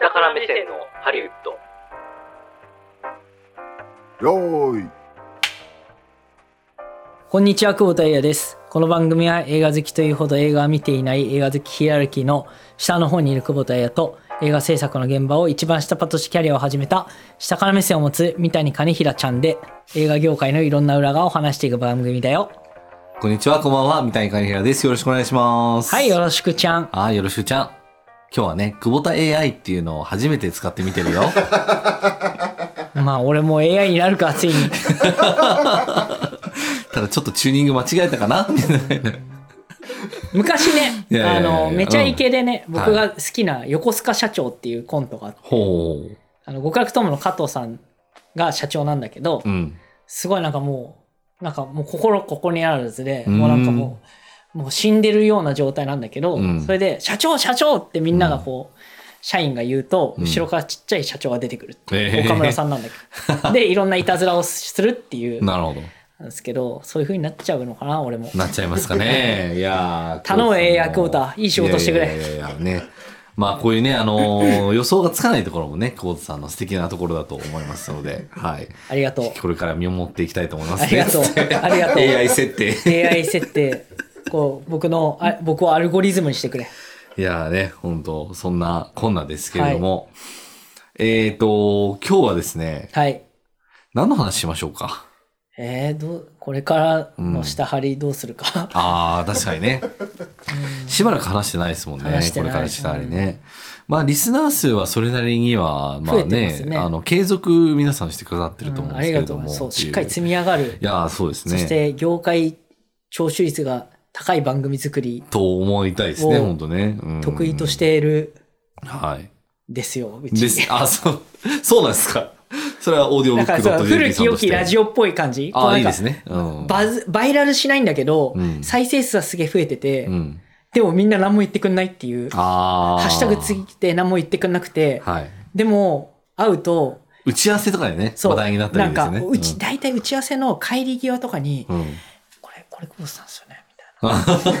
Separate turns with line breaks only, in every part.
下から目線のハリウッド
よーい
こんにちは、久保田英也です。この番組は映画好きというほど映画は見ていない映画好きヒエラルキーの下の方にいる久保田英也と映画制作の現場を一番下パとしてキャリアを始めた下から目線を持つ三谷兼平ちゃんで映画業界のいろんな裏側を話していく番組だよ。
こんにちは、こんばんは、三谷兼平です。よろしくお願いします。
はい、よろしくちゃん。
あー、よろしくちゃん。今日はね、久保田 AI っていうのを初めて使ってみてるよ。
まあ、俺もう AI になるか、ついに。
ただちょっとチューニング間違えたかな
昔ね、
いやいや
あ
いやいや
の、めちゃイケでね、
ん
僕が好きな横須賀社長っていうコントがあって、
ほ
あの、極楽友の加藤さんが社長なんだけど、
う。うん。
すごいなんかもう、なんかもう心ここにあるずで、
うん
もうなんかもう、もう死んでるような状態なんだけど、
うん
それで、社長、社長ってみんながこう、社員が言うと、
うん
後ろからちっちゃい社長が出てくるっていう、
えー
岡村さんなんだけど。で、いろんないたずらをするっていう、な
なるほど。
んですけど、そういう風になっちゃうのかな、俺も。
なっちゃいますかね。いやー
頼む
今日
AI 久保田いい仕事してくれ
いやいやいやいやね。まあこういうね、あのー予想がつかないところもね、久保田さんの素敵なところだと思いますので、はい。
ありがとう。
これから見守っていきたいと思います
あ
ね。。
りがとうありがとう。
AI 設定。
AI 設定。こう、僕の、あ僕をアルゴリズムにしてくれ。
いやーね、本当そんなこんなですけれども。えっ、と、今日はですね、
はい。
何の話しましょうか。
えー、どう、これからの下張りどうするか。
ああ、確かにね。しばらく話してないですもんね。
話して
こ
ない
れからしたりね。まあ、リスナー数はそれなりには、ま
増え
あ
てま
ね
す、ね
あの、継続皆さんしてくださってると思うん
あ
です
り
けれ
がと
ど
う
も。
そう
っていう
しっかり積み上がる
い、やー、そうです
そし
ね。
て業界聴取率が高い番組作り
と思いたいですね、
を
本当ね。うん
得意とし。ている
はい。
ですよ、うち
です。あ、そう、そうなんですか。それはオーディオ
だ
ブッ
か
ク
らそ
ドット
の古き良きラジ
オ。
オっぽい感じこう
あ
な
あ、
ん
いい
か
ですね。うん。
バズバイラルしないんだけど、
うん
再生数はすげえ増えてて、
うん。
でもみんな何も言ってくんないっていうハ
ああ。
ッシュタグついて何も言ってくんなくて、
はい。
でも会うと
打ち合わせとかでね、
そう
話題になったりですね。
なんかうち大体打ち合わせの帰り際とかに、
うん。うん
これこれ久保田さんですよねみたいな。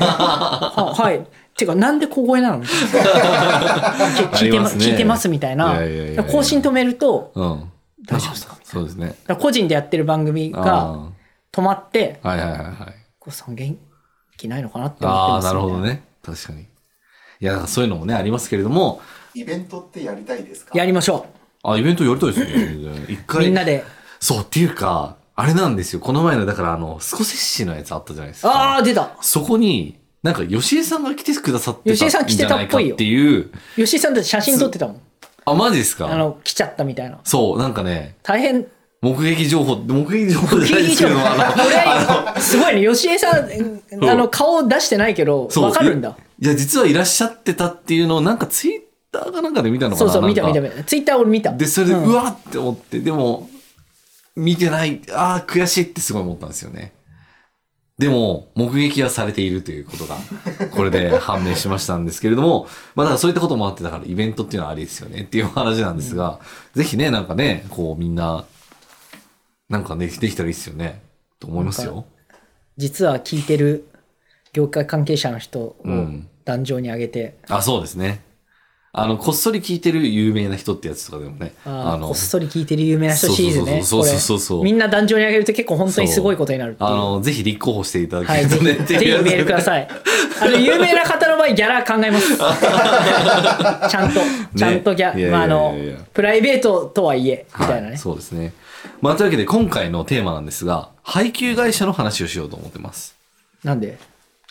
あ はい。てか、なんで小声なのみたいな 聞いてま、
ありますすね
聞いてますみたいな。
いやいやいやいや
更新止めると、
うん。
大丈夫ですかみたい
そうですね。
な。個人でやってる番組が
あ
止まって、
あはいはいはいはい。
こうさん元気ないのかなって思って
ああ、
ます。
なるほど
みたい
ね。確かに。いや、だからそういうのもね、ありますけれども、
イベントってやりたいですか
な。やりましょ
あ、イベントやりたいですね全然。 一
う。
回。
みんな。で。
そう、っていうか、あれなんですよ。この前の、だから、あの、スコセッシのやつあったじゃないです
あ
か。
あ、出た。
そこに、なんか、吉江さんが来てくださって
吉
た
江さん来
じ
て
ゃ
た
な
っ
い
ぽ
かっ
いよ
ていう。
吉井さんだって写真撮ってたもん。
あ、マジです
あ
か
の、来ちゃったみたいな。
そう、なんかね、
大 変。
目撃情報、目撃情報じゃないですけど、
目撃情報
あの
これ、すごいね。吉江さん、
う
あの、顔出してないけど、
そう
わかるんだ。
いいや、実はいらっしゃってたっていうのを、なんかツイッターかなんかで見たのか
そ
な
うそう、見た
なん
見
か
た見た。ツイッター俺見た。
で、それで、
う
うんわって思って、でも、見てない、ああ、悔しいってすごい思ったんですよね。でも、目撃はされているということが、これで判明しましたんですけれども、まあだからそういったこともあって、だからイベントっていうのはありですよねっていう話なんですが、ぜひね、なんかね、こうみんな、なんかね、できたらいいですよね、と思います
なん
よ。
実は聞いてる業界関係者の人を
うん
壇上に上げて、
あ、そうですね。あの、こっそり聞いてる有名な人ってやつとかでもね、
あー
の
こっ、そり聞いてる有名な人シリーズね
そうそうそうそうそうそう
これみんな壇上に上げると結構本当にすごいことになるっていう
あの、ぜひ立候補していただ
は
け
い
る
ぜ
と
ひ
ね、
ぜ
って
ひ
いうやつ
メールくださいあの有名な方の場合ギャラ考えます ちゃんとちゃんとギャ、
いやいやいやいや
まああのプライベートとはいえみたいなね、
はい、そうですね。まあ、というわけで今回のテーマなんですが、配給会社の話をしようと思ってます。
なんで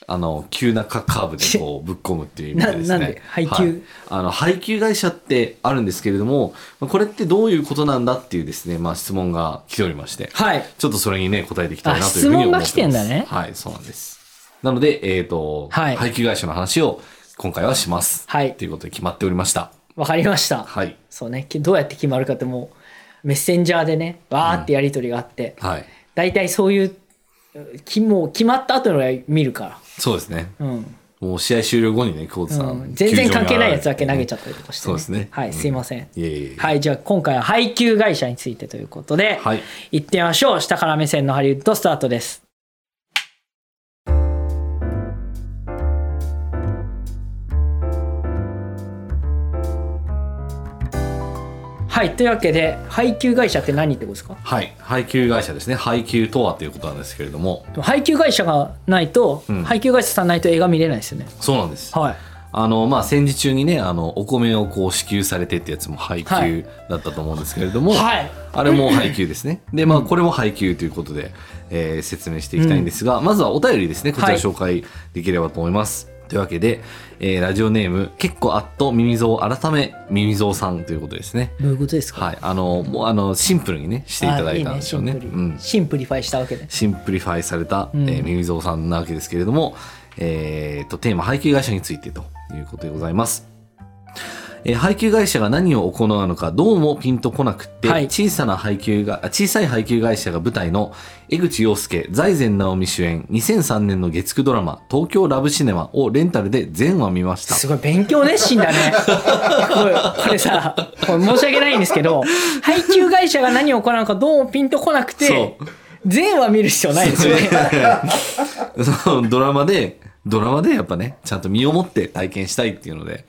あの、急なカカーブでこうぶっ込むっていう意味でですね。
ななんで配給
はいあの、配給会社ってあるんですけれども、まあこれってどういうことなんだっていうですね、まあ質問が来ておりまして、
はい
ちょっとそれにね、答えていきたいなというふうに
あ質問
思って
が
ます。
来てんだね
はい、そうなんです。なので、えっ、と、
はい
配給会社の話を今回はします。
はい
ということで決まっておりました。
わかりました、
はい。
そうねきどうやって決まるかってもうメッセンジャーでねわーってやり取りがあって、
はい。
大体そういうきもう決まった後のや見るか
そうですね。
ら、うん
もう試合終了後にね、久保田さん、
うん全然関係ないやつだけ投げち
ゃ
ゃったりとかして、
そうですね
はいすいません、
いえいえいえ
はいじゃあ今回は配給会社についてということで、
はい
行ってみましょう下から目線のハリウッドスタートですはいというわけで配給会社って何ってことですか
はい配給会社ですね配給とはということなんですけれども
でも配給会社がないと、
うん
配給会社さんないと映画見れないですよね
そうなんです
はい
あのまあ戦時中にねあのお米をこう支給されてってやつも配
はい
給だったと思うんですけれども、
はい
あれも配 給ですねでまあこれも配給ということで、えー説明していきたいんですが、まずはお便りですねこちら
はい
紹介できればと思います、というわけで、えーラジオネーム結構あっと耳蔵改め耳蔵さんということですね
どういうことですか、
はいあのもうあのシンプルにねしていただいたんでしょうね
あいいシンプル
うん
シンプリファイしたわけで
シンプリファイされた、
うん
えー、ミミゾウさんなわけですけれども、えー、と、テーマ、配給会社についてということでございます。えー配給会社が何を行うのかどうもピンとこなくって、
はい
小さな配給が、あ小さい配給会社が舞台の江口洋介、財前直美主演2003年の月9ドラマ、東京ラブシネマをレンタルで全話見ました。
すごい勉強熱心だねこれこれさこれ申し訳ないんですけど配給会社が何を行うのかどうもピンとこなくて
そ
全話見る必要ないですよね
そのドラマで、ドラマでやっぱね、ちゃんと身をもって体験したいっていうので、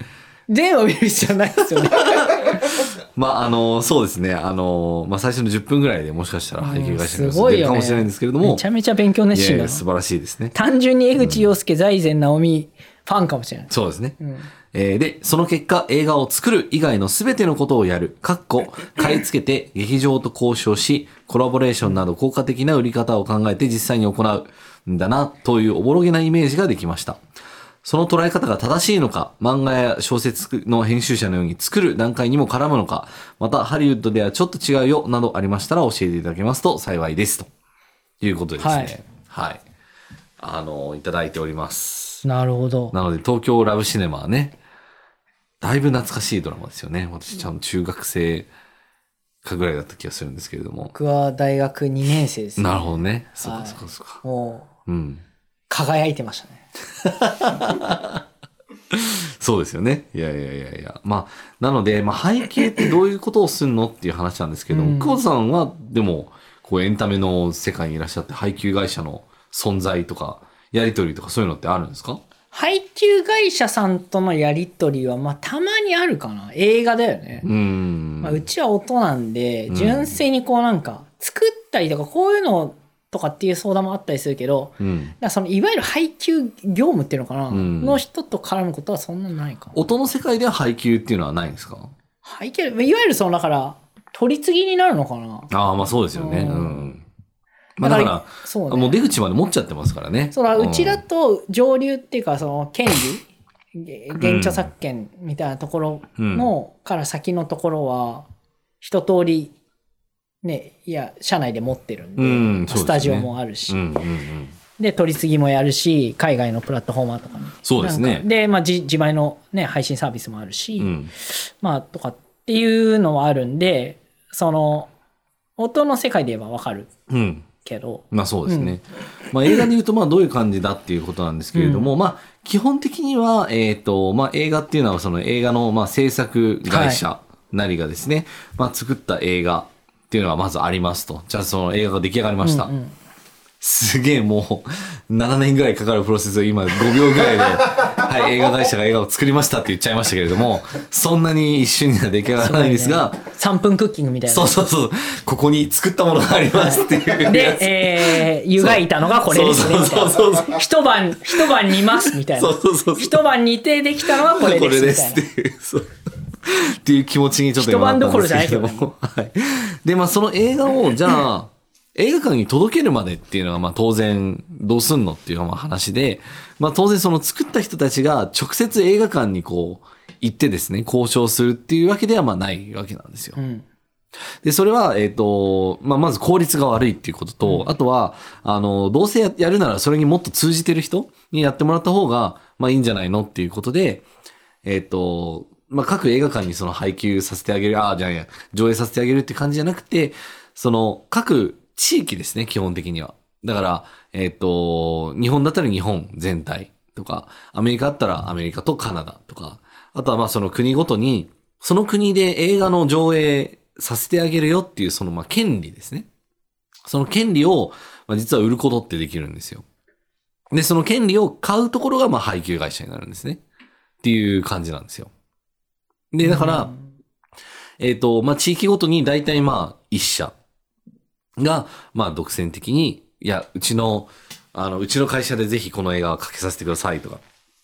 全話見る必要ないですよね
まあ、あの、そうですね。あの、まあ、最初の10分ぐらいでもしかしたら 配給会社
う
に
んすごいよね
出るかもしれないんですけれども、
めちゃめちゃ勉強熱
いや
心
い
だ
や
な
素晴らしいですね。
単純に江口洋介財前直美ファンかもしれない
そうですね。
ん
えーで、その結果、映画を作る以外の全てのことをやる、かっこ、買い付けて、劇場と交渉し、コラボレーションなど効果的な売り方を考えて実際に行うんだな、というおぼろげなイメージができました。その捉え方が正しいのか、漫画や小説の編集者のように作る段階にも絡むのか、またハリウッドではちょっと違うよ、などありましたら教えていただけますと幸いです。ということですね。はい。あの、いただいております。
なるほど
なので、東京ラブシネマはね、だいぶ懐かしいドラマですよね。私、ちゃんと中学生かぐらいだった気がするんですけれども。
僕は大学2年生です
なるほどね。そう
は
か
い
そうかそうか。
もう
うん。
輝いてましたね
そうですよね。いやいやいやいや。まあ、なので、まあ、背景ってどういうことをするのっていう話なんですけども、
うん
久保田さんは、でも、こう、エンタメの世界にいらっしゃって、配給会社の存在とか、やりとりとかそういうのってあるんですか
配給会社さんとのやり取りはまあたまにあるかな映画だよね、
うーん。
まあ、うちは音なんで
うん
純粋にこうなんか作ったりとかこういうのとかっていう相談もあったりするけど
う
だ
ん。
からそのいわゆる配給業務っていうのかな、
うん
の人と絡むことはそんなないかな
音の世界では配給っていうのはないんですか
配給いわゆるそのだから取り次ぎになるのかな
ああ、まあそうですよね。
う
うんん。まあだから、
そうね
もう出口まで持っちゃってますからね。
そら
ん
うちだと上流っていうかその権利げ原著作権みたいなところのから先のところは一通りねいや社内で持ってるんで,、
うんそうですね
スタジオもあるし、
うんうんうん。
で取り次ぎもやるし海外のプラットフォーマーとかね
そうですね
なんかで、まあ、自自前の、ね、配信サービスもあるし、
うん。
まあとかっていうのはあるんでその音の世界で言えばわかる
うん。
けど
まあそうですね。まあ映画で言うとまあどういう感じだっていうことなんですけれども、まあ基本的には、えっ、と、まあ映画っていうのはその映画のまあ制作会社なりがですね、まあ作った映画っていうのはまずありますと。じゃあその映画が出来上がりました。
うんうん
すげえもう、7年ぐらいかかるプロセスを今5秒ぐら いで、はい、映画会社が映画を作りましたって言っちゃいましたけれども、そんなに一瞬には出来上がらないんですが、
3分クッキングみたいな
そうそうそう、ここに作ったものがありますっていうや
で
つ。、
えー、湯がいたのがこれですね。
そう
みたい
そう
な
そうそう。
一晩、一晩煮ます、みたいな
そう。そうそうそう。
一晩煮てできたのはこれ
こ
です。
れ
み
で
たい
す
な
っていう、そう。っていう気持ちにちょっと今なったんですけれど
一晩
も。はい。で、まあその映画を、じゃあ、映画館に届けるまでっていうのは、まあ当然、どうすんのっていうまあ話で、まあ当然その作った人たちが直接映画館にこう、行ってですね、交渉するっていうわけではまあないわけなんですよ。
う ん。
で、それは、えっ、と、まあ、まず効率が悪いっていうことと、あとは、あの、どうせややるならそれにもっと通じてる人にやってもらった方が、まあ、いいんじゃないのっていうことで、えっ、と、まあ、各映画館にその配給させてあげる、ああ、じゃあいや、上映させてあげるって感じじゃなくて、その、各地域ですね、基本的には。だから、えっ、と、日本だったら日本全体とか、アメリカだったらアメリカとカナダとか、あとはまあその国ごとに、その国で映画の上映させてあげるよっていうそのまあ権利ですね。その権利を、まあ、実は売ることってできるんですよ。で、その権利を買うところがまあ配給会社になるんですね。っていう感じなんですよ。で、だから、えっ、と、まあ、地域ごとに大体まあ、一社が、まあ、独占的に、いや、うちの、あの、うちの会社でぜひこの映画をかけさせてくださいとか、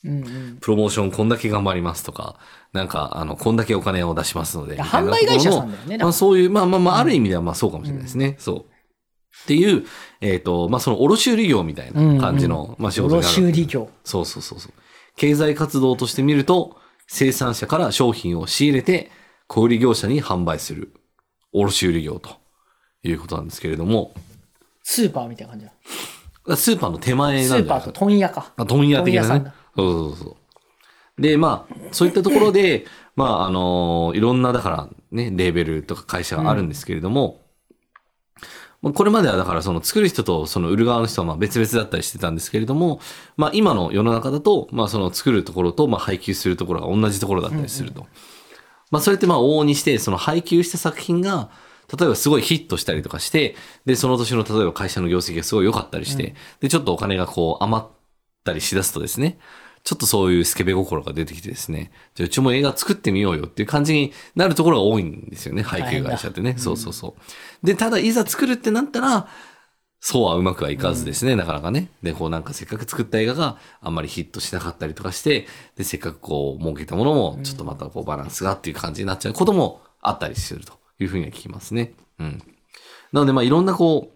うんうん
プロモーションこんだけ頑張りますとか、なんか、あの、こんだけお金を出しますので。みたい
販
な
売会社さ
ところ
んだよね。
のまあ、
だか
そういう、まあまあまあ、
うん
ある意味ではまあそうかもしれないですね。そう。っていう、えっ、と、まあその卸売業みたいな感じの、まあ仕
ら
事になる
卸売業。
そうそうそうそう。経済活動として見ると、生産者から商品を仕入れて、小売業者に販売する、卸売業ということなんですけれども、
スーパーみたいな感じだ。
スーパーの手前
ス
なん
ー
じゃ
パ
な
ー
いか
と
な
問屋か。
あ、問屋
問
的
屋さ
なんね
だ。
そうそうそうそう。で、まあ、そういったところで、まあ、あのいろんな、だからね、レーベルとか会社があるんですけれども、まあこれまではだからその作る人とその売る側の人はまあ別々だったりしてたんですけれども、まあ今の世の中だと、まあその作るところとまあ配給するところが同じところだったりすると。まあそれってまあ往々にして、その配給した作品が、例えばすごいヒットしたりとかして、で、その年の例えば会社の業績がすごい良かったりして、で、ちょっとお金がこう余ったりしだすとですね、ちょっとそういうスケベ心が出てきてですね、じゃあうちも映画作ってみようよっていう感じになるところが多いんですよね、配給会社ってね。そうそうそう。で、ただいざ作るってなったら、そうはうまくはいかずですね、なかなかね。で、こうなんかせっかく作った映画があんまりヒットしなかったりとかして、で、せっかくこう儲けたものも、ちょっとまたこうバランスがっていう感じになっちゃうこともあったりするというふうには聞きますね。うん。なので、まあいろんなこ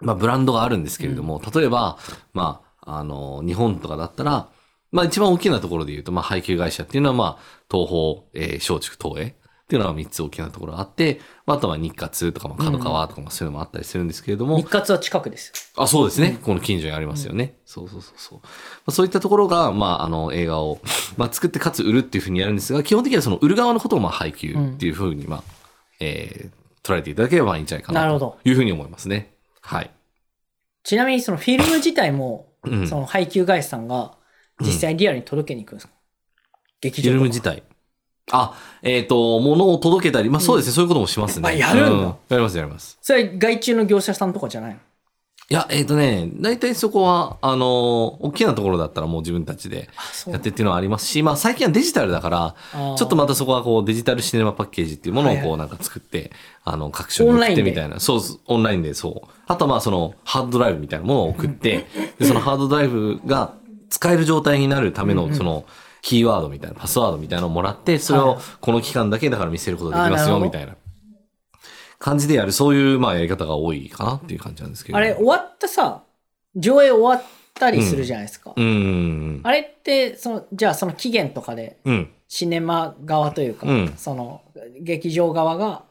う、まあブランドがあるんですけれども、例えば、まあ、あの、日本とかだったら、まあ一番大きなところで言うと、まあ配給会社っていうのはまあ、東宝、えー松竹東映っていうのは3つ大きなところがあって、まあ、あとは日活とか、まあ角川とかもそういうのもあったりするんですけれども、
日活は近くです。
あ、そうですね。この近所にありますよね。そうそうそうそう。まあ、そういったところが、まあ、あの、映画を、 まあ、作ってかつ売るっていうふうにやるんですが、基本的にはその売る側のことを、まあ、配給っていうふうに、まあ、えー捉えていただければいいんじゃないか
なる
な、
ほ
と
ど
いうふうに思いますね。はい。
ちなみにそのフィルム自体も、
うん。
そ
フ
の配給会社さんが実際リアルに届けに行くんですか、劇場と
ィル
か
ム自体。あ、えっ、と、物を届けたり、まあ、そうですね。そういうこともしますね。
あやるんだ
うやります、やります。
それは外注の業者さんとかじゃないの
いや、えっ、とね、大体そこは、あの大きなところだったらもう自分たちで
あそう
やってっていうのはありますし、まあ、最近はデジタルだから、ちょっとまたそこはこうデジタルシネマパッケージっていうものを
はい
こ
は
うなんか作って、あの各所に送ってみたいな。そうそう、オンラインでそう。あとはまあそのハードドライブみたいなものを送って、でそのハードドライブが使える状態になるためのそのキーワードみたいな、パスワードみたいなのをもらって、それ
はい
をこの期間だけだから見せることができま
あな
す
る
よ
ほど
みたいな感じでやる、そういうまあやり方が多いかなっていう感じなんですけど。
あれ終わったさ上映終わったりするじゃないですか、
うん。
あれってそのじゃあその期限とかで
うん。
シネマ側というか、
うん
その劇場側が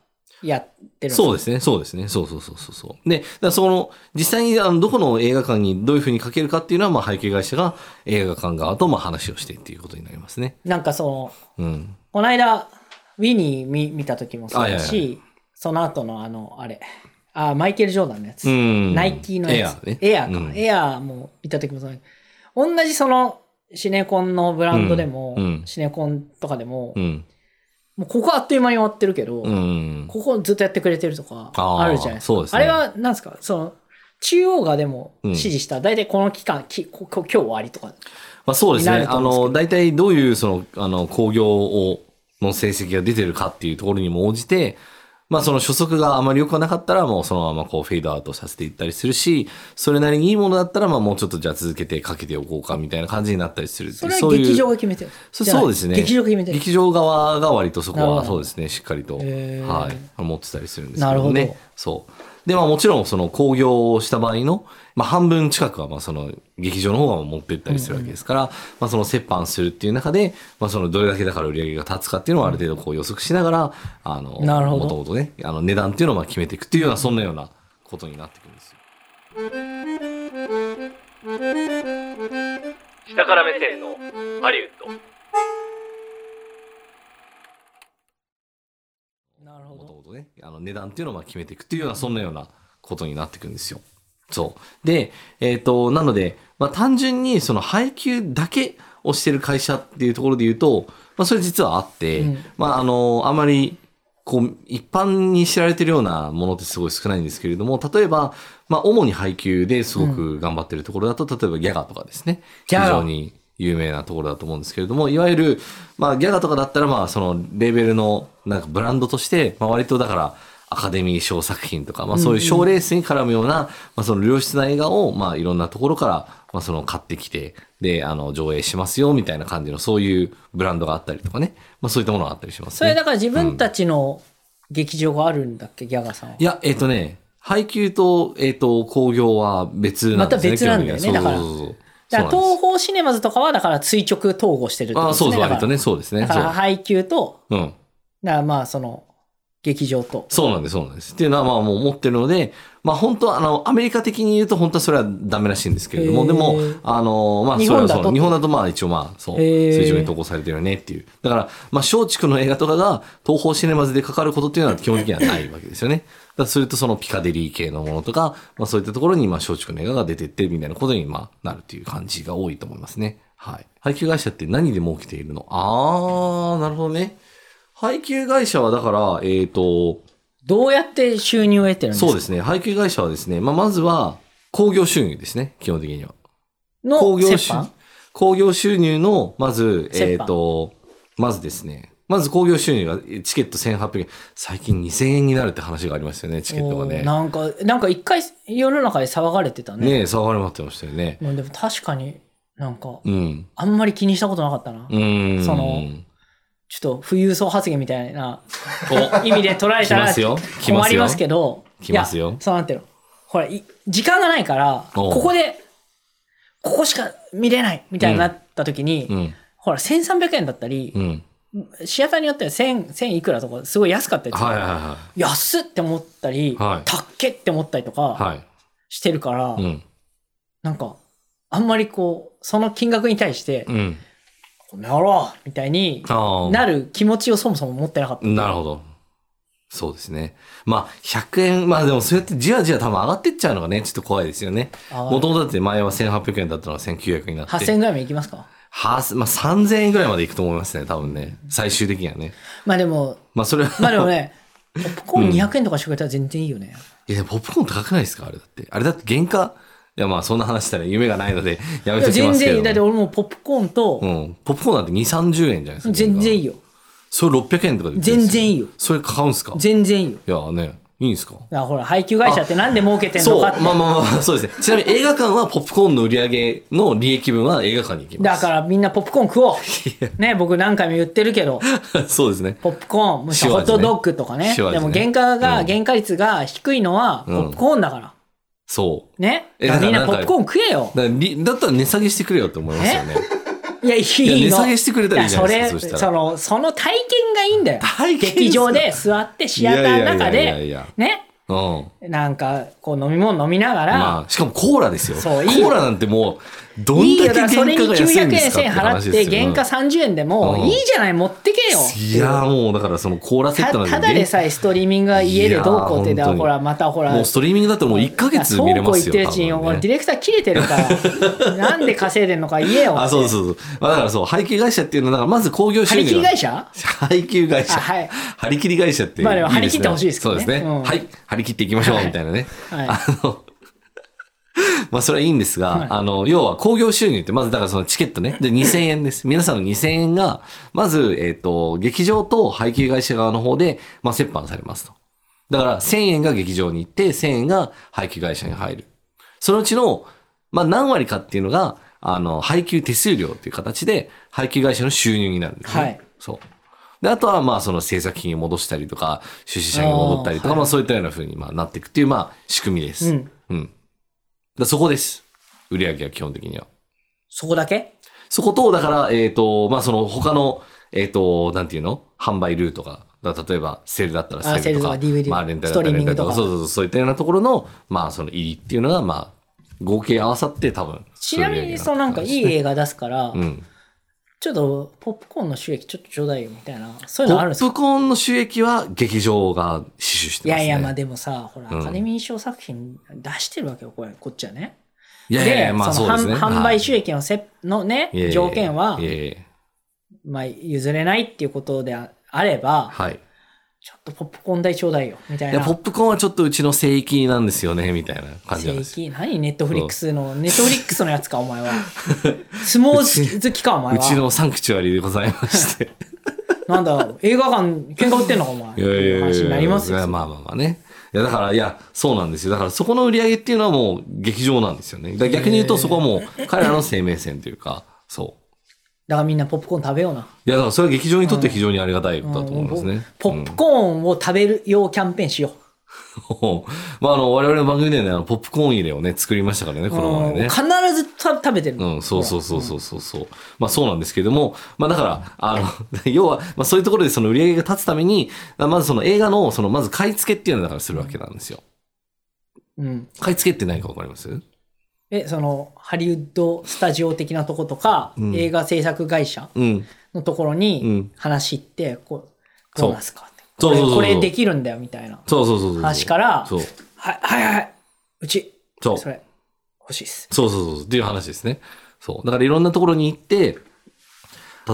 やってる
そう
う
ですね、そうですね、そうそうそうそうそう。で、だからその、実際にあのどこの映画館にどういうふうにかけるかっていうのは、まあ、背景会社が映画館側とまあ話をしてっていうことになりますね。
なんかその
うん。
この間ウィニー見見た時もそうだし、
あいやい
その後のあのあれあマイケル・ジョーダンのやつ、
うん。
ナイキのやつ
エア
エアか、
ね。うん
エアも見た時もそうだけど同じそのシネコンのブランドでも、
うんうん
シネコンとかでも、
うん。
もうここあっという間に終わってるけど、
うん。
ここずっとやってくれてるとか
あー
あるじゃないですか。
そうですね
あれは何ですかその中央がでも
うん
指示した、大体この期間きここ今日終わりとか。
まあそうです
にな
ね。
ると
あ
思う
の、
んで
大体どういうその、あの、工業を、の成績が出てるかっていうところにも応じて、まあその初速があまり良くなかったらもうそのままこうフェードアウトさせていったりするし、それなりにいいものだったらまあもうちょっとじゃあ続けてかけておこうかみたいな感じになったりするっていう
それは
そういう
劇場が決めてる。
そ
じゃない
そうですね。
劇場が決めてる。
劇場側が割とそこ
なるほ
は
ど
そうですね、しっかりと、
へー
はい、持ってたりするんですけどね。
なるほど
そう。で、まあもちろんその興行をした場合の、まあ半分近くはまあその劇場の方が持ってったりするわけですから、まあその折半するっていう中で、まあそのどれだけだから売り上げが立つかっていうのをある程度こう予測しながら、あの、
なるほど
もともとね、あの値段っていうのをまあ決めていくっていうような、そんなようなことになってくるんですよ。
下から目線のハリウッド
なるほ
もと
ど。
もとね、あの値段っていうのをまあ決めていくっていうような、そんなようなことになっていくんですよ。そう。で、えっ、と、なので、まあ単純にその配給だけをしてる会社っていうところで言うと、まあそれ実はあって、
うん
まああの、あまり、こう、一般に知られてるようなものってすごい少ないんですけれども、例えば、まあ主に配給ですごく頑張ってるところだと、例えばギャガとかですね。
ギャガ
非常に有名なところだと思うんですけれども、いわゆる、まあ、ギャガとかだったら、まあ、その、レーベルの、なんか、ブランドとして、まあ、割と、だから、アカデミー賞作品とか、まあ、そういう賞レースに絡むような、まあ、その、良質な映画を、まあ、いろんなところから、まあ、その、買ってきて、で、あの、上映しますよ、みたいな感じの、そういうブランドがあったりとかね、まあ、そういったものがあったりします
それ
ね
だ。から自分たちの劇場があるんだっけ、ギャガさんは。
いや、えっ、とね、配給と、えっ、と、興行は別なんです
ま
ね。
た別なんだよね
基本的には
だから
そうそうそう
だから
そうなんです
東宝シネマズとかはだから垂直統合してるってこと
ああ、
です
そう
ね。だ
そう、
か
割
ら
とね、そうですね。
だか
そう
ら。配給と、
うん。
だからまあその劇場と。
そうなんです、そうなんです。っていうのは、まあもう持ってるので、まあ本当は、あの、アメリカ的に言うと本当はそれはダメらしいんですけれど
へ
も、
ー
でも、あの、まあ
日
それ
本
は
だと
そう、日本だとまあ一応まあ、そう、
へー
水上に投稿されてるよねっていう。だから、まあ松竹の映画とかが東宝シネマズでかかることっていうのは基本的にはないわけですよね。だからそれとそのピカデリー系のものとか、まあそういったところに、まあ松竹の映画が出てってみたいなことに、まあなるっていう感じが多いと思いますね。はい。配給会社って何で儲けているのあー、なるほどね。配給会社はだから、えっ、と、
どうやって収入を得てるんですか
そうですね。配給会社はですね、まあ、まずは、工業収入ですね、基本的には。
の
工業
折
収
半
工業収入の、まず、
折半
えっ、と、まずですね、まず工業収入がえチケット1800円、最近2000円になるって話がありましたよね、チケットが
おー
ね。
なんか、なんか一回世の中で騒がれてたね。
ねえ、騒がれまってましたよね。
もうでも確かになんか、
うん。
あんまり気にしたことなかったな。
うーん。
そのちょっと富裕層発言みたいな
お、
意味で捉え
来
た
ま
ら
すよ。来
困
ます
り
よ。
ますけど。
来ますよ
いやそうなんていうの。ほら、い時間がないから、
おう
ここで、ここしか見れないみたいになった時に、
うん。
ほら、1300円だったり
う、ん。
シアターによっては1000、1000いくらとか、すごい安かったりとか、
はいはいは
安っって思ったり、
はい
たっけって思ったりと
い。
か
はい。
してるから、
うん。
なんか、あんまりこう、その金額に対して、
うん。
この野郎みたいに
ああ。
なる気持ちをそもそも持ってなかった。
なるほど。そうですね。まあ、100円、まあでもそうやってじわじわ多分上がってっちゃうのがね、ちょっと怖いですよね。
あー
もともとだって前は1800円だったのが1900円になって。
8000ぐらいまでいきますか
はまあ3000円ぐらいまでいくと思いますね、多分ね。最終的にはね。
まあで も、
まあそれは。
まあでもね、ポップコーン
うん
200円とかしてくれたら全然いいよね。
いや、でもポップコーン高くないですかあれだって。あれだって原価いやまあそんな話したら夢がないので、やめ
いや
ときま
全
すけ
然いい。だ
ど。
って俺もポップコーン
う
と、
ん。ポップコーンなんて2、30円じゃないですか。
全然いい
よ。
よ。
それ600円とかで売ってる
全
んですよ
然いいよ。
それ買うんすかい
全然いいよ。
やね、いいんすか
だからほら、配給会社ってなんで儲けてん
そ
の
う、
か
ま
っ
あ
て。
まあまあまあ、そ うですね。ちなみに映画館はポップコーンの売り上げの利益分は映画館に行きま
だ
す。
からみんなポップコーン食おう。ね、僕何回も言ってるけど、
ら。 そうですね。
ポップコーン、むしろ
塩
ホッ
味ね
トドッグとかね。
塩味ね
でも原価が、
うん
原価率が低いのはポ
うん
ップコーンだから。
そう。
ね。
え
だからみんな
だ
ポ
から
ップコーン食えよ。
だからりだったら値下げしてくれよって思います よね。
いや、いいの。
いや値下げしてくれたらいいじゃないですか
やそ
そ
れ、
した
そ
ら
の、その体験がいいんだよ。
体験っすか
劇場で座ってシアターの中
いやいやいやい
で
や、
ね。
うん。
なんか、こう飲み物飲みながら、
まあ、しかもコーラですよ。
そういいよ
コーラなんてもう、ど
い
ん
いよ、だ
だ
か
け
らそ
原
れ
価
に
が安い
900
んで
円
すか
1000
って
円払
話
っ
で
て、
すよ。
原価30円でも、
うん
いいじゃない、持ってけよ。
いやーもうだからそのコーラセッ
た
トなんて
ただでさえストリーミングが家でどうこうって
い
だ
やー
からほらまたほら
もうストリーミングだったらもう1ヶ月見れます
倉庫行っ
よ。
てるうちに
多
も
分
う
ね
ディレクター切れてるから なんで稼いでんのか言えよ
あ、そうそうそう。まあだからそう、配給会社っていうのは、だからまず工業
張
収
り
入が。
切り会社
配給会社。
あはい
張り切り会社っていい
まあでも
すね
張り切ってほしいですけどね
そうですね。
うん
はい。張り切っていきましょ
は
う、
い
みたいなね。
はい
あの、 まあそれはいいんですが、
はい
あの、要は興行収入って、まずだからそのチケットね。で、2000円です。皆さんの2000円が、まず、えっ、と、劇場と配給会社側の方で、まあ折半されますと。だから1000円が劇場に行って、1000円が配給会社に入る。そのうちの、まあ何割かっていうのが、あの、配給手数料っていう形で、配給会社の収入になるんですね。
はい
そう。で、あとは、まあ、その制作費に戻したりとか、出資者に戻ったりとか、
あー
まあ、そういったような風にまあなっていくっていう、まあ、仕組みです。
う
うん
ん。
だそこです。売り上げは基本的には。
そこだけ
そこと、だから、えっ、と、まあ、その他の、えっ、と、なんていうの販売ルートが、だ例えば、セールだったら
あ
セールと
セ
か、
ールとか DVD
まあ、レンタルだったらレンタルとか、
ス
そ
トリ
う
ーミングとか
そうそう、そういったようなところの、まあ、その入りっていうのが、まあ、合計合わさって多分。
ちなみにそうなんかいい
い。
映画出すから、
うん。
ちょっとポップコーンの収益ちょっとちょうだいよみたいなそういう
ポ
のあるんで
ッ
すか
プコーンの収益は劇場が支出し
い
てま
や
す、ね。
いやまあでもさほら、
うん
アカデミー賞作品出してるわけよこれこっちはね
いやいやいや、まあ
そ
そ
の
うですね。
販販
はい
売収益のせのね
いやいやいや
条件はい
やいや
まあ、譲れないっていうことでああれば、
はい。
ちょっとポップコーン代ちょうだいよ、みたい
いや、
な。
ポップコーンはちょっとうちの聖域なんですよね、みたいな感じなんですよ。
正規何ネットフリックスの、ネットフリックスのやつか、お前 は。相撲好きか、お前
う
は。
ちのサンクチュアリでございま して。
なんだ、映画館、喧嘩売ってんのか、お前。って
いやいやいや
いう
いや
話になります
いや
よ。
まあまあまあね。いやだから、いや、そうなんですよ。だからそこの売り上げっていうのはもう劇場なんですよね。だから逆に言うとそこは もう彼らの生命線というか、そう。
だからみんなポップコーン食べような。
いや、だからそれは劇場にとって非常にありがたいことだと思いますね。
ポップコーンを食べるようキャンペーンしよ
コーン。 まあ、あの、我々の番組でね、あのポップコーン入れをね、作りましたからね、
う。
この前
う
ね
ん。必ずた食べてる
う
の。
ん、そうそうそうそうそうそう。まあそうなんですけれども、まあだから、あの、 要は、まあそういうところでその売り上げが立つために、まずその映画の、そのまず買い付けっていうのをだからするわけなんですよ。
うん。
買い付けって何かわかります
え、その、ハリウッドスタジオ的なとことか、
うん
映画制作会社
うん。
のところ
う
に
ん
話行って、こう、
そ
ど
う
うなんすかって。
そうそうそうそう
これこれできるんだよ、みたいな。
そうそうそうそう。
話から
そう。
はい、はい、はい。うち、
そう。
そ
そう
れ、欲しいっす。
そうそうそう。っていう話ですね。そう。だからいろんなところに行って、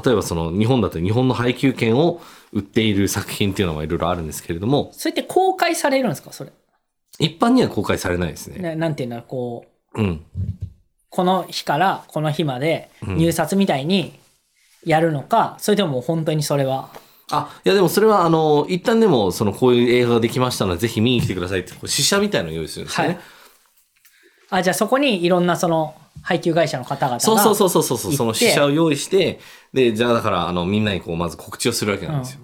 例えばその日本だと日本の配給権を売っている作品っていうのはいろいろあるんですけれども、
それって公開されるんですかそれ。
一般には公開されないですね。
ななんていうんだろう、こう、
うん。
この日からこの日まで
うん
入札みたいにやるのか、それとももう本当にそれは。
あ、いやでもそれはあの、一旦でもそのこういう映画ができましたのでぜひ見に来てくださいって、こう試写みたいなのを用意するんですよね。
はいあ、じゃあそこにいろんなその配給会社の方々が。
そうそうそうそうそ
行っ
う
て
その試写を用意してでじゃあだからあのみんなにこうまず告知をするわけなんですよ、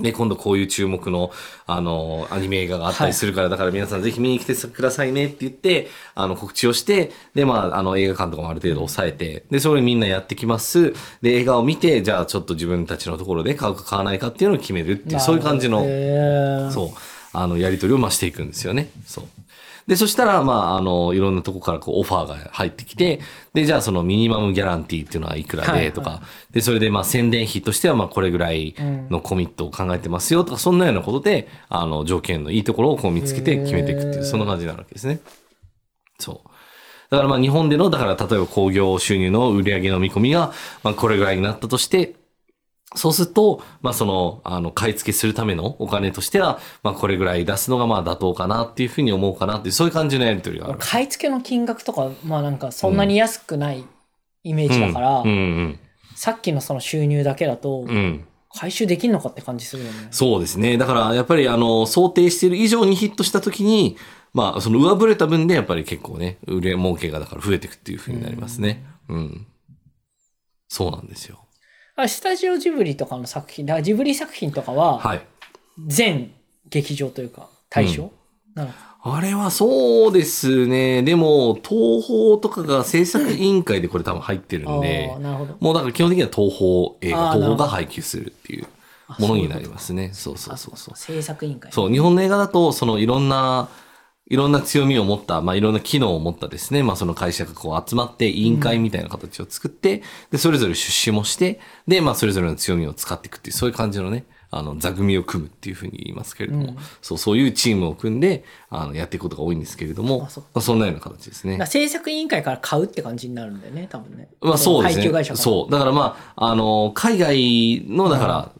で今度こういう注目のあのアニメ映画があったりするから、だから皆さんぜひ見に来てくださいねって言ってあの告知をしてでまああの映画館とかもある程度抑えてでそれみんなやってきますで映画を見てじゃあちょっと自分たちのところで買うか買わないかっていうのを決めるっていうそういう感じの。
へー
そう。あの、やり取りをまあしていくんですよね。そう。で、そしたら、まあ、あの、いろんなとこからこう、オファーが入ってきて、で、じゃあ、そのミニマムギャランティーっていうのはいくら
はいは
で
い
とか、で、それで、まあ、宣伝費としては、まあ、これぐらいのコミットを考えてますよとか、そんなようなことで、あの、条件のいいところをこう見つけて決めていくってい
へー
う、そんな感じになるわけですね。そう。だからまあ日本での、だから例えば興行収入の売り上げの見込みが、まあこれぐらいになったとして、そうすると、まあその、あの、買い付けするためのお金としては、まあこれぐらい出すのがまあ妥当かなっていうふうに思うかなっていう、そういう感じのやりとりがある。
買い付けの金額とか、まあなんかそんなに安くないイメージだから、
うんうん
さっきのその収入だけだと
うん。う、ん。
回収できんのかって感じするよね。
そうですね。だから、やっぱり、あの、想定している以上にヒットしたときに、まあ、その上振れた分で、やっぱり結構ね、売れ儲けがだから増えていくっていうふうになりますね。うん。そうなんですよ。
あスタジオジブリとかの作品、だからジブリ作品とかは、
はい。
全劇場というか、対象、なのか
あれはそうですね。でも、東宝とかが制作委員会でこれ多分入ってるんで
あー、なるほど。
もうだから基本的には東宝映
あー
画、東
なるほど
宝が配給するっていうものになりますね。そうそうそうそう。
制作委員会。
そう、日本の映画だと、そのいろんな、いろんな強みを持った、まあ、いろんな機能を持ったですね、まあ、その会社がこう集まって、委員会みたいな形を作って、で、それぞれ出資もして、で、まあ、それぞれの強みを使っていくっていう、そういう感じのね、あの、座組を組むっていうふうに言いますけれども、
うん
そう、そういうチームを組んで、あの、やっていくことが多いんですけれども、
あそっか
まあ、そんなような形ですね
だから。制作委員会から買うって感じになるんだよね、多分ね。
まあそうです
配給会
ね。
社から。
そう。だからまあ、あの、海外の、だから、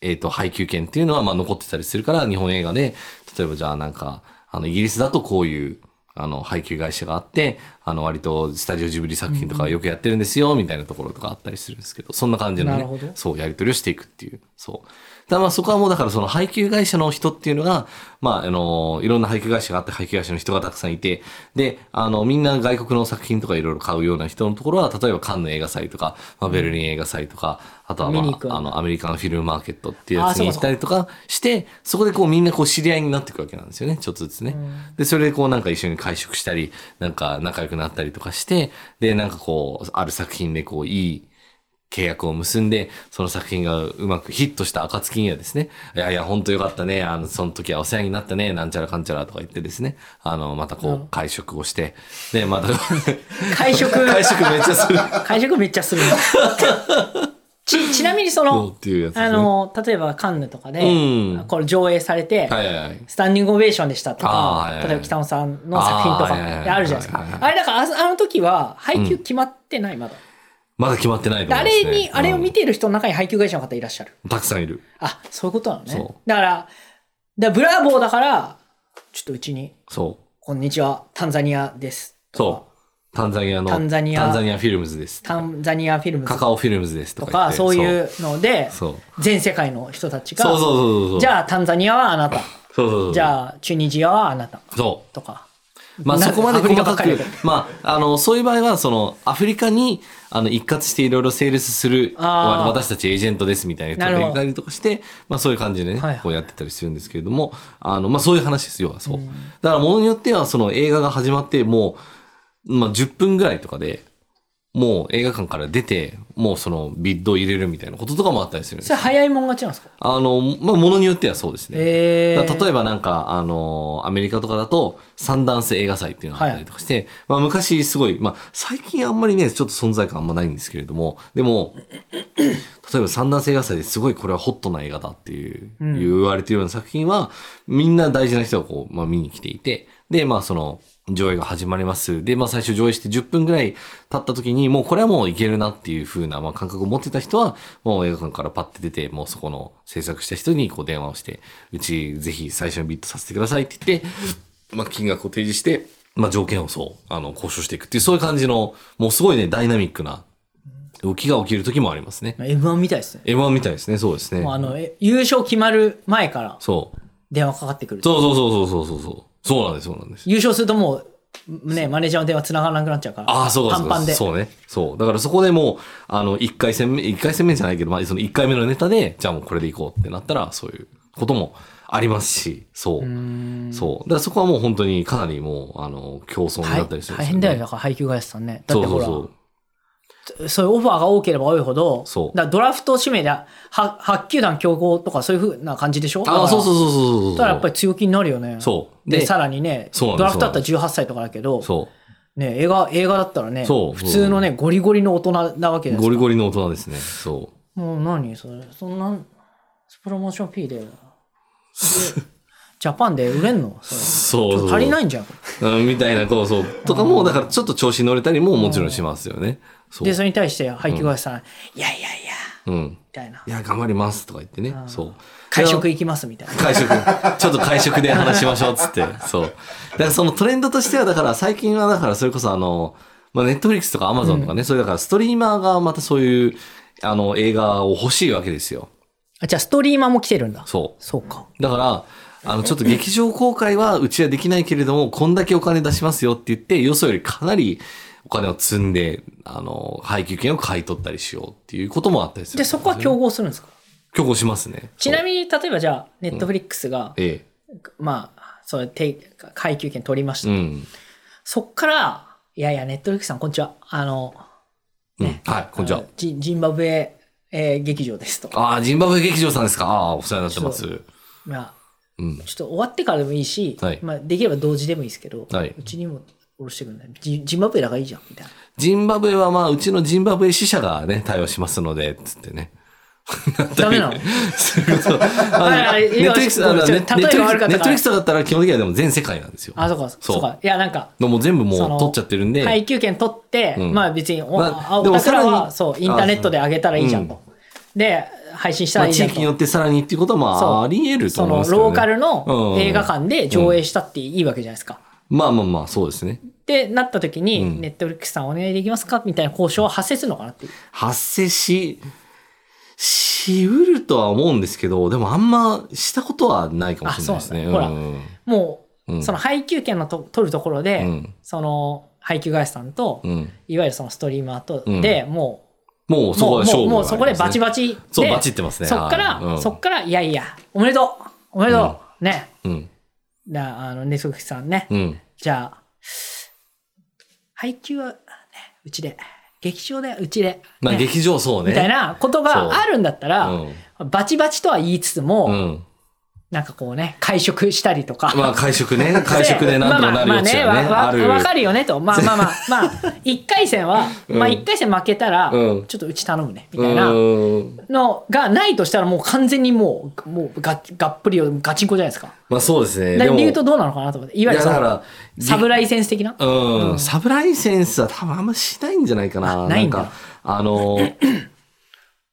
えっ、と、配給権っていうのは、まあ、残ってたりするから、日本映画で、例えばじゃあなんか、あの、イギリスだとこういう、あの、配給会社があって、あの、割とスタジオジブリ作品とかよくやってるんですよ、みたいなところとかあったりするんですけど、そんな感じの
なるほど
ね、そう、やり取りをしていくっていう、そう。だからまあそこはもうだからその配給会社の人っていうのが、まああの、いろんな配給会社があって配給会社の人がたくさんいて、で、あの、みんな外国の作品とかいろいろ買うような人のところは、例えばカンヌ映画祭とか、まあ、ベルリン映画祭とか、あとはま
見に行くんだ
あ、あの、アメリカのフィルムマーケットっていう
あ
や
ー
つ
そう
に
か
行
そう
ったりとかして、そこでこうみんなこう知り合いになっていくわけなんですよね、ちょっとずつね。で、それでこうなんか一緒に会食したり、なんか仲良くなったりとかして、で、なんかこう、ある作品でこういい、契約を結んで、その作品がうまくヒットした暁にはですね、いやいや、本当よかったね、あの、その時はお世話になったね、なんちゃらかんちゃらとか言ってですね、あの、またこう、会食をして、で、また、
会食、
会食めっちゃ する。
会食めっちゃする。ち、ちなみにそ
そう
の
っ、ていうやつですね。
あの、例えばカンヌとかで、
うん
これ上映されて、
はいはいはい。
スタンディングオベーションでしたと
あー
か
はい、はい
例えば北野さんの作品と
あーはいはいは
か
い
あるじゃないです
はいはい
か。
はい
あれだからあ、あの時は配給決まってない、まだ。
まだ決まってないと思
あ
います、ね。
れに、あれを見
て、
ている人の中に配給会社の方いらっしゃる。
たくさんいる。
あ、そういうことなのね
そう。
だから、だからブラボーだから、ちょっとうちに、
そ
こんにちは、タンザニアです。
う。そう。タンザニアの、
タンザニア
フィルムズです。
タンザニアフィルムズ
カカオフィルムズですと
と
か言っ
か、
て
そういうので、
そう。そう
全世界の人たちが、
そうそうそうそう。
じ
あ、
ゃあタンザニアはあなた、
そうそうそう。
じゃあチュニジアはあなた、
あ、そう。
とか。
まあ、
な
そこまで細
ア
か
フリカばっ
く
かり、
まあ、あの、そういう場合は、その、アフリカに、あの、一括していろいろセールスする、
あー
私たちエージェントですみたいな
な
人
るほ
が
ど
いたりとかして、まあ、そういう感じでね、
はいはい
こうやってたりするんですけれども、あの、まあ、そういう話ですよ、そう。だから、ものによっては、その、映画が始まって、もう、まあ、10分ぐらいとかで、もう映画館から出て、もうその、ビッドを入れるみたいなこととかもあったりするんです
それ早いもん勝ちなんですか
あの、まあ、ものによってはそうですね。
え
だから例
え
えばなんか、あのアメリカとかだと、サンダンス映画祭っていうのがあったりとかして、まあ昔すごい、まあ最近あんまりね、ちょっと存在感あんまないんですけれども、でも、例えばサンダンス映画祭ですごいこれはホットな映画だっていう、
うん
言われてるような作品は、みんな大事な人がこう、まあ見に来ていて、で、まあその、上映が始まります。で、まあ最初上映して10分ぐらい経った時に、もうこれはもういけるなっていう風な、まあ感覚を持ってた人は、もう映画館からパッて出て、もうそこの制作した人にこう電話をして、うちぜひ最初にビットさせてくださいって言って、まあ金額を提示して、まあ条件をそう、あの、交渉していくっていう、そういう感じの、もうすごいね、ダイナミックな動きが起きる時もありますね。
M1 みたいですね。
M1 みたいですね、そうですね。
もうあの、え優勝決まる前から
そう。
電話かかってくる。
そうそうそうそうそうそう。そうなんです、そうなんです。
優勝するともう、ね、マネージャーの電話繋がらなくなっちゃうから。
ああ、そうか
パ
そ
ン
うか
パンで。
そうね。そう。だからそこでもう、あの、1回戦目、一回戦目じゃないけど、まあ、その1回目のネタで、じゃあもうこれでいこうってなったら、そういうこともありますし、そう
ー
う。
ん
そう。だからそこはもう本当にかなりもう、あの、競争にな
大
ったりする
大
んです
変だよね、
ね。
だから配給会社さんね。だっ
そ
て
うそ
ほ
う
ら、
そ
そう
う。
いうオファーが多ければ多いほど、
そう
だからドラフト指名で、は8球団競合とかそういうふうな感じでしょ
ああ、そうそう
う。
そうそうそうそう。
だからやっぱり強気になるよね。
そう。
で、さらにね、
そうなんです
ドラフトだったら18歳とかだけど、
そ
ね、映画、映画だったらね、
そう
普通のね、ゴリゴリの大人なわけ
う。
です
ゴリゴリの大人ですね。そう。
リ。もう何それ、そんな、プロモーション P で、でジャパンで売れんのそれ
そう
ち
そう
ょっ
そう。
と足りないんじゃん。
うんみたいな、こうそう。とかも、だからちょっと調子に乗れたりももちろんしますよね。そう
で、。それに対して配給会社さん、いやいやいや、
うん。
みたいな。
いや、頑張りますとか言ってね。そう。
会食行きますみたいな。
会食。ちょっと会食で話しましょうっつ って。そう。だからそのトレンドとしては、だから最近はだからそれこそあの、まあネットフリックスとかアマゾンとかね、そういうだからストリーマーがまたそういう、あの、映画を欲しいわけですよ。
あ、じゃあストリーマーも来てるんだ。
そう。
そうか。
だから、あの、ちょっと劇場公開はうちはできないけれども、こんだけお金出しますよって言って、よそよりかなりお金を積んで、あの、配給券を買い取ったりしようっていうこともあったりするん
で、
です
そ
よ。
こは競合するんですか
競合しますね。
ちな
に。
みに、例えばじゃあ、ネットフリックスが、
え
まあ、それ、て階級権取りまし
え。う
た。
ん。
そっから、いやいや、ネットフリックスさん、こんにちは。あの、
うん。はい、こんにちは
あの。ジジンバブエ、えー劇場ですと。
ああ、ジンバブエ劇場さんですか。ああ、お世話になってます。
まあ、
うん。
ちょっと終わってからでもいいし、
はい
まあ、できれば同時でもいいですけど、
はいう
ちにも下ろしてくんない。ジジンバブエだからいいじゃん、みたいな。
ジンバブエは、まあ、うちのジンバブエ支社がね、対応しますので、つってね。
ダメなの
そういうことあ
いや
のネ
いや
ットフリックス、あの
ちょ
ネ
っ
ッ
と
ト
例
フ
え
リ
が
ッ
悪かった
クスネ
から
ットフリックスだったら基本的にはでも全世界なんですよ。
あ、そうか、そうか。いや、なんか、
のもう全部もう
その
取っちゃってるんで。
配給権取って、
うん
まあ別に、お
まあ
あ、
で
お
も
宝
さら
は、
に
そう、インターネットで上げたらいいじゃんと。で、配信した
ま
ら
あ、
いいじ
地
ゃん
域によ
と。
ってさらにっていうことは、ま
そう
あ、あり得ると
そ
思い
の
ますけど、ね。
ローカルの
うん
映画館で上映したっていいわけじゃないですか。
まあまあまあ、そうですね。
ってなった時に、
うん
ネットフリックスさんお願いできますかみたいな交渉は発生するのかなっていう。
発生し、しうるとは思うんですけど、でもあんましたことはないかもしれないですね。
あそうなんだ
ん
もう、
うん
その配給権のと取るところで、
うん
その配給会社さんと、
うん。
いわゆるそのストリーマーと
うん
で、も
もう
う、
そこ
も
で
う、
勝
もう
負
もうそこでバチ
チ。
バチで、
そう、バチってますね。
そっから、
はいうん
そっから、いやいや、おめでとうおめでとう、ね。
うん。
なあの、ネソクさんね。
うん。
じゃあ、配給は、ね、うちで、劇場で、うちで、
まあ、
ね
劇場そうね。
みたいなことがあるんだったら、
うん
バチバチとは言いつつも、
うん。
なんかこうね、会食したりとか。
まあ会食 ね、会食でなんとかなるやつやね。
まあまあまあ
あ
ね、
る。
わわわかるよねと。まあまあまあ、 まあ、一回戦は、
うん
まあ一回戦負けたら、
うん
ちょっとうち頼むね、み
う
たいな
ーん。
のがないとしたらもう完全にもう、もうががっぷりをガチンコじゃないですか。
まあそうですね。
だ
で
から
も、
理由とどうなのかなと思って。い
い
わゆ
や
るそ
だか
の、
ら、
サブライセンス的な。
うん、サブライセンスは多分あんましないんじゃないかな。
あないんだ
なんか、あの、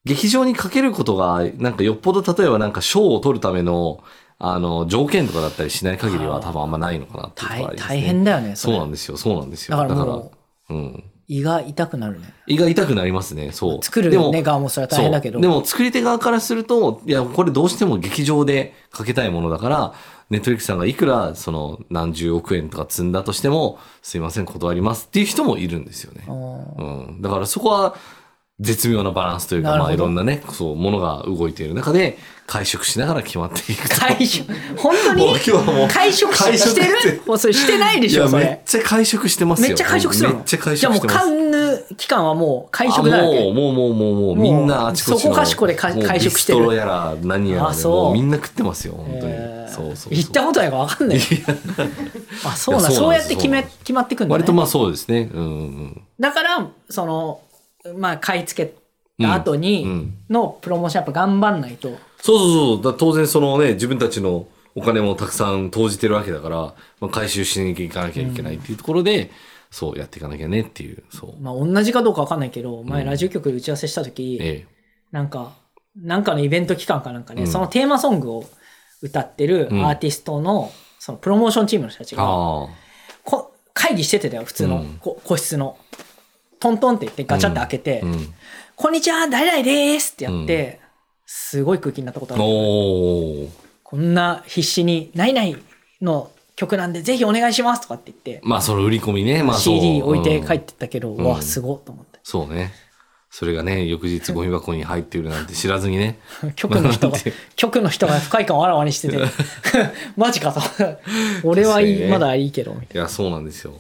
劇場にかけることが、なんかよっぽど例えばなんか賞を取るための、あの、条件とかだったりしない限りは多分あんまないのかなっていうところはあ
大
りますね
大変だよね、
そう
れ
なんですよ、そうなんですよ。
だ
だ
か
からら、
も
うん。
胃が痛くなるね。
胃が痛くなりますね、そう。
作る
でも
ね、側もそれは大変だけど。
そうでも作り手側からすると、いや、これどうしても劇場でかけたいものだから、ネットリックスさんがいくらその何十億円とか積んだとしても、すいません、断りますっていう人もいるんですよね。
うん
うん。だからそこは絶妙なバランスという
な
か、
るほ
ま
ど
あいろんなね、そう、ものが動いている中で、会食しながら決まっていくと。
会食、本当に
もう今日はもう
会食し
会食
して
って
るもうそれしてないで
い
しょ、
や、
そ
めっ
れ。
ちゃ会食してますよ。
めっちゃ会食するの
めっちゃ会食し
じ
てま
ゃあ
す。
もう、カンヌ期間はもう会食だら
あ
け。
もう、もう、もう、もう、もう、みんなあちこちの。
そこかしこでか
もう
会食してる
ビストロやら、何やら
あ
で、
そう
もうみんな食ってますよ、本当に
え。ー
そうそうそう。
行ったことないから分かんないよ。 あ、そうないん
やそ
そ
うなん
うや
です
って決め、
そうなんです
決まってくんだ
割
ね
と。まあそうですね。うんうん。
だから、その、まあ、買い付けた後
うんう
に
ん
のプロモーションやっぱ頑張んないと。
そうそうそう。だ当然そのね、自分たちのお金もたくさん投じてるわけだから、まあ、回収しに行かなきゃいけないっていうところで、そうやっていかなきゃねっていう、そう。
まあ、同じかどうか分かんないけど、前ラジオ局で打ち合わせした時、
え
なんか、なんかのイベント期間かなんかね、
うん
そのテーマソングを歌ってる
うん
アーティストの、そのプロモーションチームの人たち
え。
が、
ああ。
こ会議しててだよ、普通の、
うん
こ個室の。トントンって言ってガチャって開けて、
うん。
こんにちは、誰々でーすってやって、すごい空気になったことある。
おー。
こんな必死に、ないないの曲なんで、ぜひお願いしますとかって言って、
まあその売り込みね、まあそう。
CD 置いて
うん
帰ってったけど、
うん
わあ、すごっと思って。
そうね。それがね、翌日ゴミ箱に入っているなんて知らずにね。
局の 人が
なんて、
局の人が不快感をあらわにしてて、 マジかと。俺はい
確
い、
かにね
まだいいけど、みたい
いや、そうなんですよ。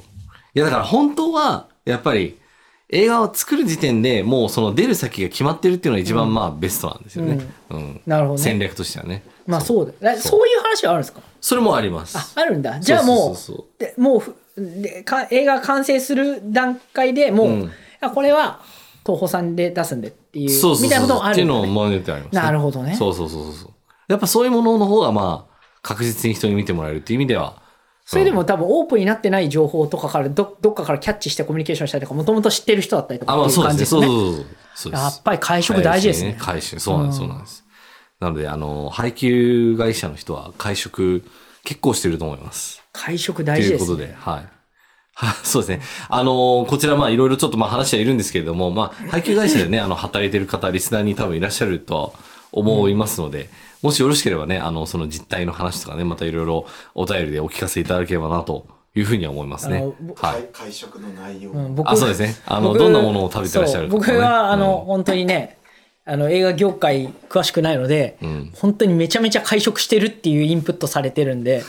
いや、だから本当は、やっぱり、映画を作る時点でもうその出る先が決まってるっていうのが一番まあベストなんですよね。うん。
な。なるほど
戦
ね。
略としてはね。
まあそうだ。え
そう
そういう話はあるんですか
それもあります。
あ、あるんだ。じゃあも、
そうそうそうそう
でもうふでか、映画完成する段階でもう、
うん
あこれは東宝さんで出すんでっていう、
そうそうそう
みたいなこともあ
ってい
る
うん
だ
の
ね、
もってあります、
なるほどね
そうそうそうそう。やっぱそういうものの方がまあ、確実に人に見てもらえるっていう意味では。
それで
う
も
ん、
多分オープンになってない情報とかからどどっかからキャッチしてコミュニケーションしたりとかもともと知ってる人だったりと
あ、
か
ま
っ
あ
ていう
そうで
感じ
すね。
です
そ
ね。
うそうそうそうです。
やっぱり会食大事ですね。
回収そうなんです、
うん
そうなんです。なので、あの、配給会社の人は会食結構してると思います。
会食
と
大事
い
で
うこ
すね、
とで、はい。 はそうですね。あのこちら、まあ、いろいろちょっと、まあ、話はいるんですけれども、まあ、配給会社でね、あの、働いてる方、リスナーに多分いらっしゃるとは思いますので、もしよろしければね、あの、その実態の話とかね、またいろいろお便りでお聞かせいただければな、というふうには思います
あ
ね
のぼ。
はい。
会食の内容、
うん僕
あ、そうですね。あの、
僕
どんなものを食べてらっしゃる
そう
かとか
僕
ね
は、あの、
うん
本当にね、あの、映画業界詳しくないので、
ん
本当にめちゃめちゃ会食してるっていうインプットされてるん で、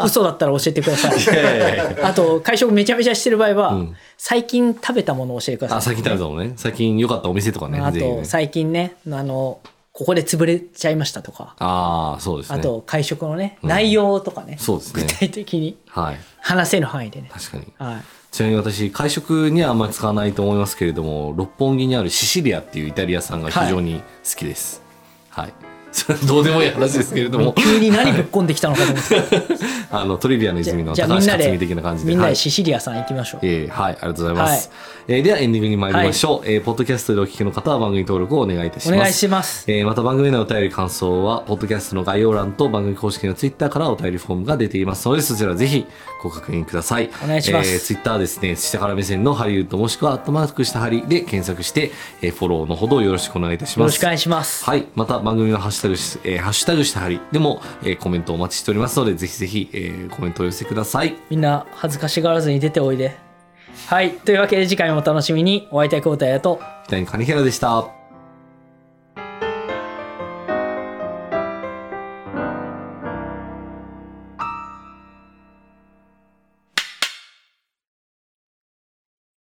う嘘だったら教えてください。
いやいやいや
あと、会食めちゃめちゃしてる場合は、
うん
最近食べたものを教えてくだ
あ、
さ
最近食べたもんね。最近良かったお店とか
い。
ね。
あ
ぜひね
と、最近ね、あの、ここで潰れちゃいましたとか、
ああ、そうですね。
あと、会食のね、内容とかね、
そうですね
具体的に
はい。
話せる範囲でね。
確かに。
はい。、
ちなみに私、会食にはあんまり使わないと思いますけれども、六本木にあるシシリアっていうイタリアさんが非常に好きです。はい。 それはどうでもいい話ですけれども
急に何ぶっこんできたのかと思って。
あの、トリビアの泉の
じゃあ
高
みん
橋
な
克
で
実的な感じで。
みんな
は
で
い
シシリアさん行きましょう。
えーはい、ありがとうございます。えーではエンディングに参りましょう、えーポッドキャストでお聞きの方は番組登録をお願いいたしま
お
す。
願いします
えーまた番組へのお便り感想は、ポッドキャストの概要欄と番組公式のツイッターからお便りフォームが出ていますので、そちらぜひご確認ください。
お願いします
えーツイッターですね、下から目線のハリウッドもしくはアットマークしたハリで検索して、えーフォローのほどよろしくお願いいたし
よ
ま
ろしく
す。
お願いします。
はい。また番組のハッシュタグし、えーハッシュタグしたハリでも、えーコメントお待ちしておりますので、ぜひぜひ、えーコメントをお寄せください。
みんな恥ずかしがらずに出ておいで。はい。というわけで次回もお楽しみに。お会いいたい交代やと。
北谷金平でした。